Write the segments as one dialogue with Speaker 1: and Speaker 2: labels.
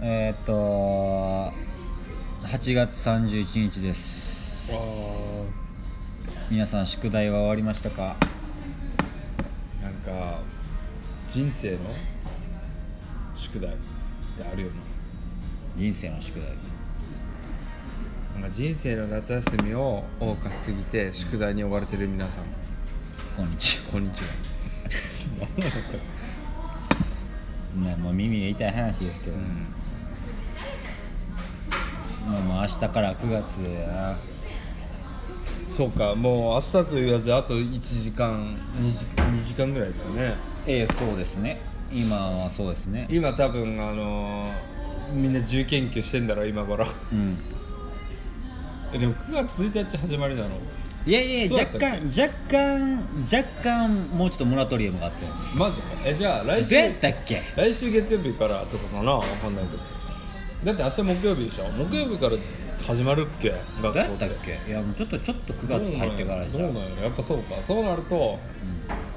Speaker 1: えーっと8月31日です
Speaker 2: あー
Speaker 1: 皆さん宿題は終わりましたか
Speaker 2: なんか人生の宿題ってあるよな
Speaker 1: 人生の宿題
Speaker 2: なんか人生の夏休みを謳歌しすぎて宿題に追われてる皆さん
Speaker 1: こんにち
Speaker 2: こんにちは何やこれ
Speaker 1: は、ね、もう耳が痛い話ですけど、
Speaker 2: うん
Speaker 1: もうもう明日から9月やな
Speaker 2: そうかもう明日と言わずあと1時間 2, 時2時間ぐらいですかね
Speaker 1: ええそうですね今はそうですね
Speaker 2: 今多分あのーみんな自由研究してんだろ今頃
Speaker 1: うん
Speaker 2: えでも9月1日始まりなの
Speaker 1: いやい
Speaker 2: そう
Speaker 1: や
Speaker 2: だった
Speaker 1: 若
Speaker 2: っけ
Speaker 1: 干若干若干もうちょっとモラトリウムがあったよね
Speaker 2: マジかえじゃあ来
Speaker 1: ど
Speaker 2: 週
Speaker 1: うやったっけ
Speaker 2: 来週月曜日からとかかなわかんないけどだって明日木曜日でしょ木曜日から始まるっけ
Speaker 1: どう
Speaker 2: 学校って
Speaker 1: やったっけいやもうちょっとちょっと9月入ってからじゃ
Speaker 2: どうなんやろやっぱそうかそうなると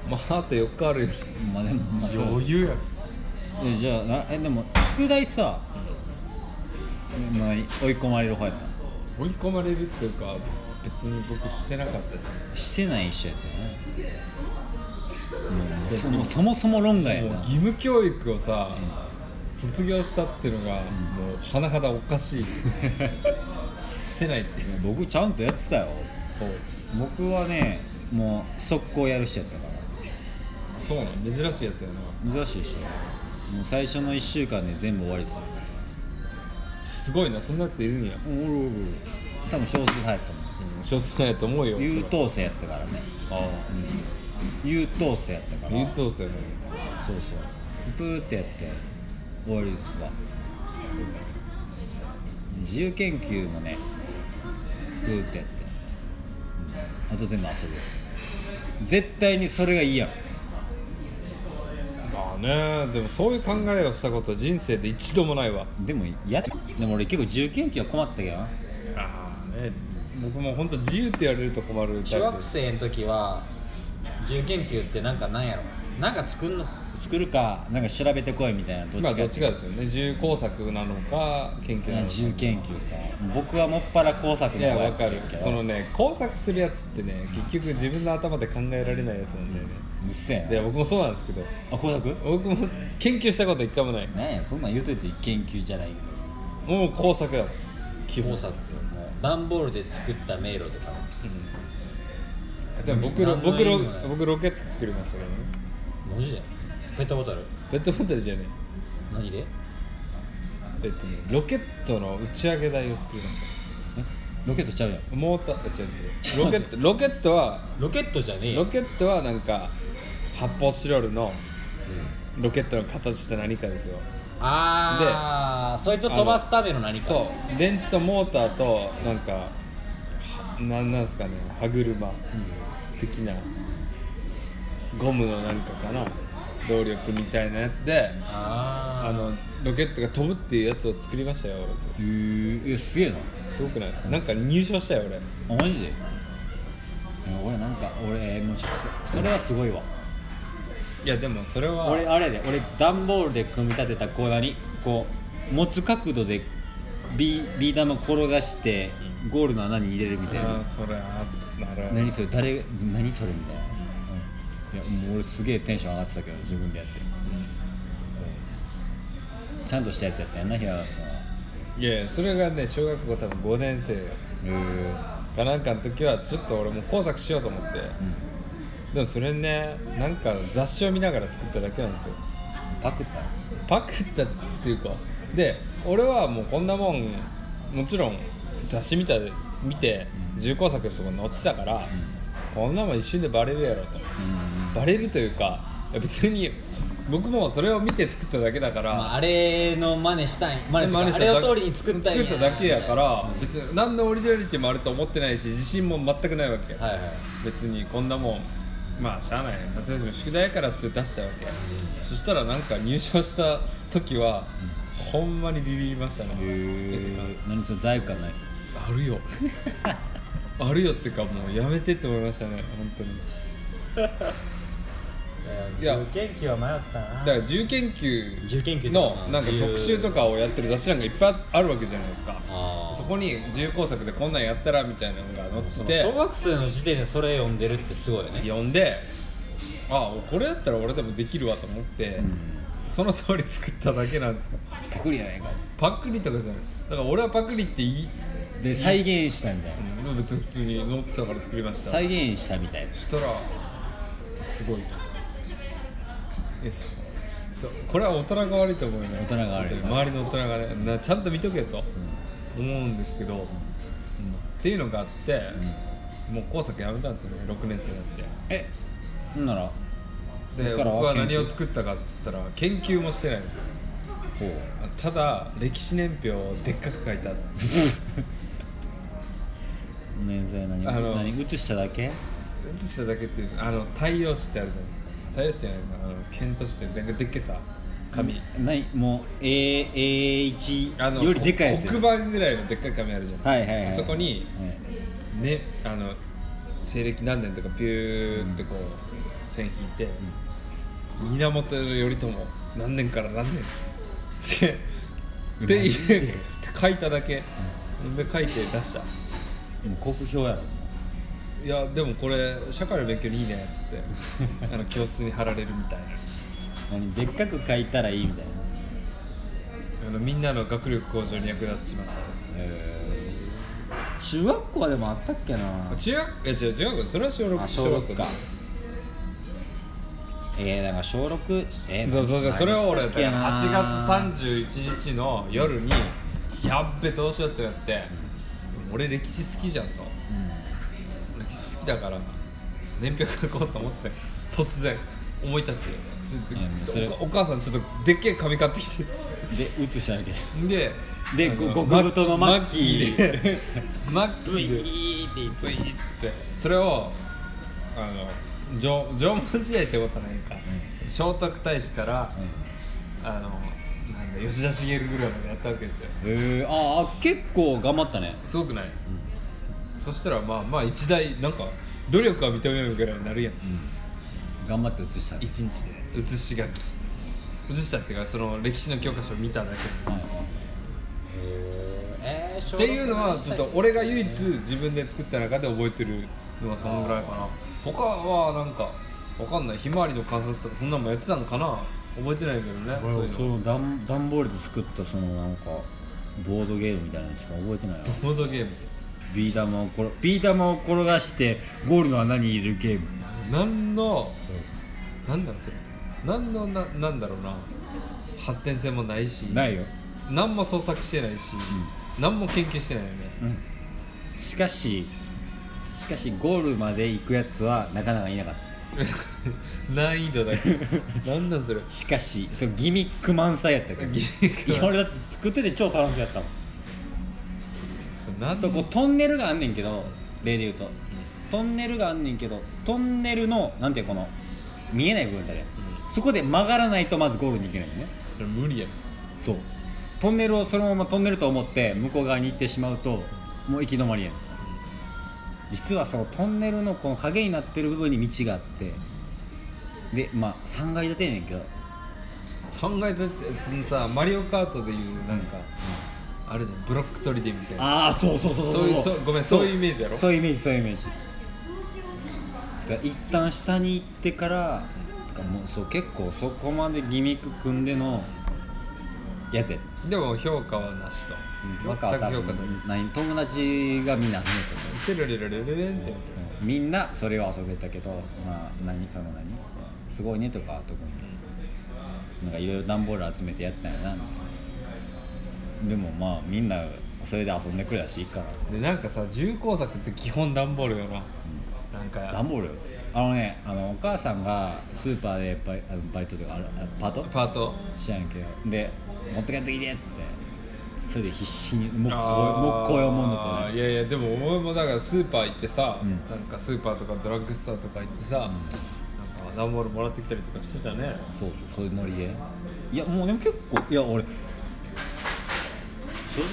Speaker 2: まああと4日あるよ
Speaker 1: まあでもまあそう
Speaker 2: 裕や
Speaker 1: えじゃあなえでも宿題さ、まあ、追い込まれる方やったの
Speaker 2: 追い込まれるっていうか別に僕してなかったです
Speaker 1: してない一緒やったよね、うん、そもうそもそも論外や
Speaker 2: もう
Speaker 1: な
Speaker 2: 義務教育をさ、卒業したっていうのが、もう甚だおかしい してないって
Speaker 1: 僕ちゃんとやってたよ僕はねもう速攻やる人やったか
Speaker 2: そうなん珍しいやつやな
Speaker 1: ら珍しいっしょもう最初の1週間で全部終わりですよ
Speaker 2: すごいなそんなやついるんや、
Speaker 1: おるおる多分少数派やったも
Speaker 2: うん、少数派やと思うよ
Speaker 1: ん優等生やったからね、
Speaker 2: ああ
Speaker 1: うん、優等生やったから
Speaker 2: 優等生ね
Speaker 1: そうそうプーってやって終わりですわ自由研究もねプーってやって、うん、あと全部遊ぶ絶対にそれがいいやん
Speaker 2: まあねでもそういう考えをしたことは人生で一度もないわ
Speaker 1: でもやでも俺結構自由研究は困ったけどな
Speaker 2: ああね僕も本当自由って言われると困るタイプ
Speaker 1: 生の時は自由研究ってなんかなんやろなんか作るの作るかなんか調べてこいみたいなどっち
Speaker 2: まあ
Speaker 1: か
Speaker 2: どっちか
Speaker 1: や
Speaker 2: ですよね自由工作なのか研究
Speaker 1: い
Speaker 2: な
Speaker 1: や
Speaker 2: のか
Speaker 1: 自由研究か僕はもっぱら工作
Speaker 2: い
Speaker 1: の
Speaker 2: や
Speaker 1: 方
Speaker 2: わ
Speaker 1: や
Speaker 2: かる
Speaker 1: けど
Speaker 2: そのね工作するやつってね結局自分の頭で考えられないやつなんだよね
Speaker 1: うっせえない
Speaker 2: や僕もそうなんですけど
Speaker 1: あ工作
Speaker 2: 僕も研究したこと一回もない
Speaker 1: ねえそんなん言うといて研究じゃない
Speaker 2: もう工作だもん基本
Speaker 3: 工作も段ボールで作った迷路とか
Speaker 2: でも僕ロ
Speaker 3: 何の
Speaker 2: 僕ロ
Speaker 3: 意味もない
Speaker 2: 僕ロケット作りましたけどね
Speaker 3: マジでペットボトル
Speaker 2: ペットボトルじゃねえ
Speaker 3: 何で
Speaker 2: えっとねロケットの打ち上げ台を作りまし
Speaker 1: えロケットちゃうやん
Speaker 2: たモーターあ違う違うロケットロケットは
Speaker 3: ロケットじゃねえ
Speaker 2: ロ
Speaker 3: よ
Speaker 2: ケットはなんか発泡スチロールのロケットの形って何かですよ
Speaker 3: ああそいつを飛ばすための何か
Speaker 2: そう電池とモーターとなんかはなんなんすかね歯車的なゴムのなんかかな動力みたいなやつであ
Speaker 3: あ
Speaker 2: のロケットが飛ぶっていうやつを作りましたよ
Speaker 1: へーえすげえな
Speaker 2: 俺すごくないなんか入賞したよ俺
Speaker 1: あマジでいや俺なんか俺もうちょっとそそれはすごいわ
Speaker 2: いやでもそれは
Speaker 1: 俺あれで俺段ボールで組み立てたこう何こう持つ角度でビービー玉転がしてゴールの穴に入れるみたい
Speaker 2: あ
Speaker 1: な
Speaker 2: ーそれあなるほど
Speaker 1: 何それ誰何それみたいな、うんいやもう俺すげえテンション上がってたけど自分でやって、うんちゃんとしたやつやったやんな平川さんはい
Speaker 2: やいやそれがね小学校多分5年生かなんかの時はちょっと俺も工作しようと思ってでもそれねなんか雑誌を見ながら作っただけなんですよ
Speaker 1: パクった
Speaker 2: パクったっていうかで俺はもうこんなもんもちろん雑誌見た見て重工作のとこに載ってたから、こんなもん一瞬でバレるやろと、
Speaker 1: う
Speaker 2: バレるというかいや別に僕もそれを見て作っただけだから、
Speaker 3: まああれの真似したい真似とか
Speaker 2: 真似
Speaker 3: あ
Speaker 2: し
Speaker 3: れ
Speaker 2: ただ
Speaker 3: を通りに作ったんや
Speaker 2: 作っただけやから別に何のオリジナリティもあると思ってないし自信も全くないわけ、
Speaker 3: はいはい
Speaker 2: 別にこんなもんまあしゃあない夏休み宿題やからっつって出したわけ、そしたらなんか入賞した時は、ほんまにビビりましたねえてか
Speaker 1: 何それ罪悪感ない
Speaker 2: ある よあるよってかもうやめてって思いましたね本当にいや
Speaker 3: 受験期は迷ったな
Speaker 2: だから自由研究
Speaker 3: 自由研究と
Speaker 2: の
Speaker 3: か
Speaker 2: なんか
Speaker 3: 自由
Speaker 2: 特集とかをやってる雑誌なんかいっぱいあるわけじゃないですか
Speaker 3: あー
Speaker 2: そこに自由工作でこんなんやったらみたいなのが
Speaker 3: そ
Speaker 2: 載っ
Speaker 3: の
Speaker 2: て
Speaker 3: 小学生の時点でそれ読んでるってすごいよね
Speaker 2: 読んであこれやったら俺でもできるわと思って、その通り作っただけなんですよ
Speaker 1: パクリやないか
Speaker 2: パクリとかじゃないだから俺はパクリっていい、
Speaker 1: で再現したみたいな
Speaker 2: うん、別に普通に載ってたから作りました
Speaker 1: 再現したみたいな
Speaker 2: そしたらすごいとえそうそうこれは大人が悪いと思うよね
Speaker 1: 大人が悪い
Speaker 2: 本当に周りの大人がねなちゃんと見とけと思うんですけど、うんっていうのがあって、もう工作やめたんですよね6年生になって
Speaker 1: えほんなら
Speaker 2: で
Speaker 1: そっからは
Speaker 2: 僕は何
Speaker 1: 研究
Speaker 2: を作ったかっつったら研究もしてないの
Speaker 1: ほう
Speaker 2: ただ歴史年表をでっかく書いた
Speaker 1: 年齢何
Speaker 2: あの
Speaker 1: 何映しただけ
Speaker 2: 写しただけっていうあの太陽紙ってあるじゃないですか太陽紙じゃないかなあの剣としてなんかでっけさ紙
Speaker 1: ないもう A1
Speaker 2: あの
Speaker 1: よりでかいやつ
Speaker 2: 黒
Speaker 1: は
Speaker 2: 板ぐらいのでっかい紙あるじゃん、
Speaker 1: いはいはい
Speaker 2: あそこに、ねあの西暦何年とかピューってこう線引いて、源頼朝何年から何年ってって
Speaker 1: マジで
Speaker 2: いう書いただけ、で書いて出した
Speaker 1: うんもう国評やろも
Speaker 2: いやでもこれ社会の勉強にいいねっ つってあの教室に貼られるみたいな
Speaker 1: う何でっかく書いたらいいみたいな
Speaker 2: あのみんなの学力向上に役立ちましたね
Speaker 1: 中学校はでもあったっけな
Speaker 2: あ中学いや違う中学それは小6
Speaker 1: あ小六かえー、だから小6えー、
Speaker 2: そうそうそうそれを俺
Speaker 1: 何
Speaker 2: 8
Speaker 1: したっけな
Speaker 2: 月31日の夜にやっべどうしようってなって俺歴史好きじゃんと歴史好きだから年表書こうと思って突然思い立って
Speaker 1: いやもうそ
Speaker 2: ちょ
Speaker 1: れ
Speaker 2: っとおお母さんちょっとでっけえ紙買ってきてっつって
Speaker 1: うんで映しただけ
Speaker 2: で
Speaker 1: で
Speaker 2: あの
Speaker 1: ご極太のマッキー
Speaker 2: でマッキ
Speaker 1: ブイ
Speaker 2: ーで
Speaker 1: ーって言っ
Speaker 2: ブイーっつってそれをあの縄縄文時代ってことはないか、聖徳太子から、あのなんだ吉田茂ぐらいまでやったわけですよ
Speaker 1: えー、あーあ結構頑張ったね
Speaker 2: すごくない、そしたらまあまあ一大なんか努力は認めるぐらいになるやん
Speaker 1: 頑張って写した
Speaker 2: 一日で写し書き写したっていうかその歴史の教科書を見ただけ
Speaker 3: えー小六
Speaker 2: っていうのはちょっと俺が唯一自分で作った中で覚えてるのはそのぐらいかな他はなんかわかんないひまわりの観察とかそんなのもやってたのかな覚えてないけどねそう
Speaker 1: 俺
Speaker 2: いう
Speaker 1: そ
Speaker 2: の
Speaker 1: の段段ボールで作ったそのなんかボードゲームみたいなのしか覚えてないわ
Speaker 2: ボードゲーム
Speaker 1: ビー玉を転ビー玉を転がしてゴールの穴に入れるゲーム
Speaker 2: 何の何なんそれ何のななんだろうな発展性もないし
Speaker 1: ないよ、
Speaker 2: 何も創作してないし、何も研究してないよね
Speaker 1: うん、しかししかしゴールまで行くやつはなかなかいなかった
Speaker 2: 難易度だ け何なんそれ
Speaker 1: しかしそうギミック満載やったから
Speaker 2: ギミック
Speaker 1: いや俺だって作ってて超楽しかったもん
Speaker 2: それ何
Speaker 1: そこトンネルがあんねんけど例で言うとトンネルがあんねんけどトンネルのなんていうこの見えない部分だね、
Speaker 2: う
Speaker 1: そこで曲がらないとまずゴールに行けないのね
Speaker 2: それ無理やん
Speaker 1: そうトンネルをそのままトンネルと思って向こう側に行ってしまうともう行き止まりやん実はそのトンネルのこの影になってる部分に道があってでまあ3階建てやねんけど
Speaker 2: 3階建てそのさマリオカートでいうなんか、あるじゃんブロック取りでみたいな
Speaker 1: ああそうそうそうそう
Speaker 2: そういうそうごめんそういうイメージやろ
Speaker 1: そういうイメージそういうイメージだから一旦下に行ってからとかもうそう結構そこまでギミック組んでのやつや
Speaker 2: でも評価はなしと
Speaker 1: わか
Speaker 2: 全く評価
Speaker 1: わか
Speaker 2: されない
Speaker 1: 何友達がみんな集めてて
Speaker 2: テレレレレレンってやってる
Speaker 1: みんなそれは遊べたけど、まあ、何その何すごいねとか特になんかいろいろ段ボール集めてやったんやなみたいなでもまあみんなそれで遊んでくれたしいいから
Speaker 2: でなんかさ重工作って基本段ボールよな、なんか
Speaker 1: 段ボールあのねあのお母さんがスーパーでバイあのバイトとかあるあパート
Speaker 2: パート
Speaker 1: しやんけどで持って帰ってきてっつってそれで必死にもうこ
Speaker 2: あ
Speaker 1: う
Speaker 2: ー
Speaker 1: もうこういうもんだとね
Speaker 2: いやいやでも俺もだからスーパー行ってさ、
Speaker 1: うん
Speaker 2: なんかスーパーとかドラッグストアとか行ってさ、なんか段ボールもらってきたりとかしてたね
Speaker 1: そうそうそういうノリでいやもうでも結構いや俺正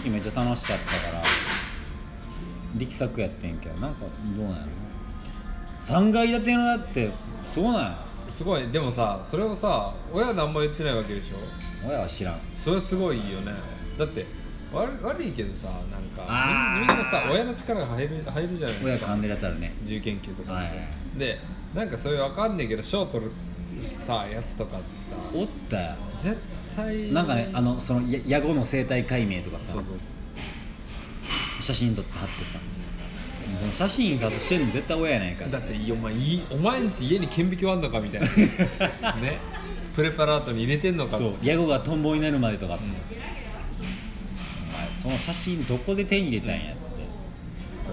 Speaker 1: 直めっちゃ楽しかったから力作やってんけどなんかどうなんやろ3階建てのだってそうなんや
Speaker 2: すごいでもさそれをさ親は何も言ってないわけでしょ
Speaker 1: 親は知らん
Speaker 2: それはすごいよねだって悪悪いけどさなんか
Speaker 1: あー
Speaker 2: みみんなさ親の力が入る入るじゃない
Speaker 1: 親が
Speaker 2: です
Speaker 1: 噛
Speaker 2: か
Speaker 1: んでるやつあるね
Speaker 2: 自由研究とか、
Speaker 1: はい
Speaker 2: でなんかそういうわかんねえけど賞取るさやつとかって
Speaker 1: おったよ
Speaker 2: さ絶対
Speaker 1: なんかねあのそのやヤゴの生態解明とかさ
Speaker 2: そうそうそう
Speaker 1: 写真撮って貼ってさでも写真印刷してるの絶対親やないか
Speaker 2: だ
Speaker 1: ら
Speaker 2: っていいお前いいお前んち家に顕微鏡あんのかみたい なねプレパラートに入れてんのか
Speaker 1: そうヤゴがトンボになるまでとかさ、お前その写真どこで手に入れたんやっつって、
Speaker 2: そ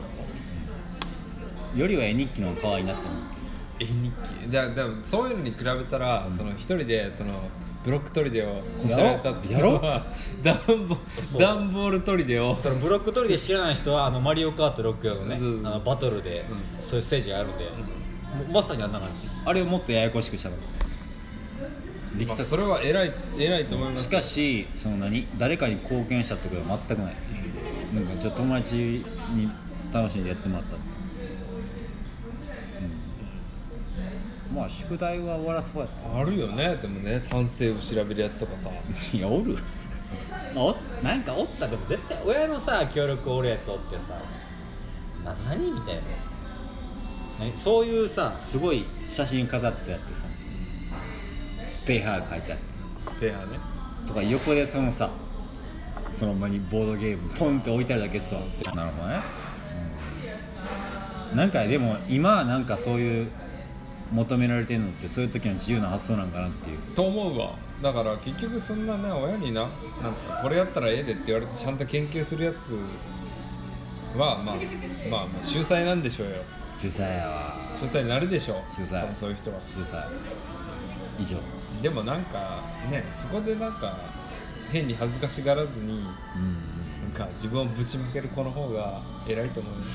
Speaker 2: う
Speaker 1: よりは絵日記の方が可愛いなって思う
Speaker 2: 絵日記だだからそういうのに比べたら、その一人でそのブロックトリデをこしられたっていうの はダンボ
Speaker 3: そう
Speaker 2: ダンボールトリデを
Speaker 3: そのブロック取りで知らない人はあのマリオカート64のね、
Speaker 2: うん
Speaker 3: あのバトルで、
Speaker 2: う
Speaker 3: そういうステージがあるんで、もうまさにあんな感じ
Speaker 1: あれをもっとややこしくしたの力
Speaker 2: まあ
Speaker 1: 作
Speaker 2: それは偉い偉いと思いま
Speaker 1: し
Speaker 2: す
Speaker 1: かしその何誰かに貢献したってことは全くないなんかちょっと友達に楽しんでやってもらったって、うん、まあ宿題は終わらそうやっ
Speaker 2: あるよねでもね賛成を調べるやつとかさ
Speaker 1: た いやおる
Speaker 3: おなんかおったでも絶対親のさ協力おるやつおってさな何みたいな何そういうさ
Speaker 1: すごい写真飾ってあってさペーハー書いてあってさ
Speaker 2: ペアね
Speaker 1: とか横でそのさそのまにボードゲームポンって置いてあるだけっすわなるほどね、うんなんかでも今はなんかそういう求められてるのってそういう時の自由な発想なんかなっていう
Speaker 2: と思うわだから結局そんなね親にななんかこれやったらええでって言われてちゃんと研究するやつはまあまあまあ秀才なんでしょうよ
Speaker 1: 主催やわ
Speaker 2: 秀才になるでしょう
Speaker 1: 秀才
Speaker 2: 多分そういう人は
Speaker 1: 主催以上
Speaker 2: でもなんかねそこでなんか変に恥ずかしがらずに
Speaker 1: うん
Speaker 2: なんか自分をぶちまける子の方が偉いと思います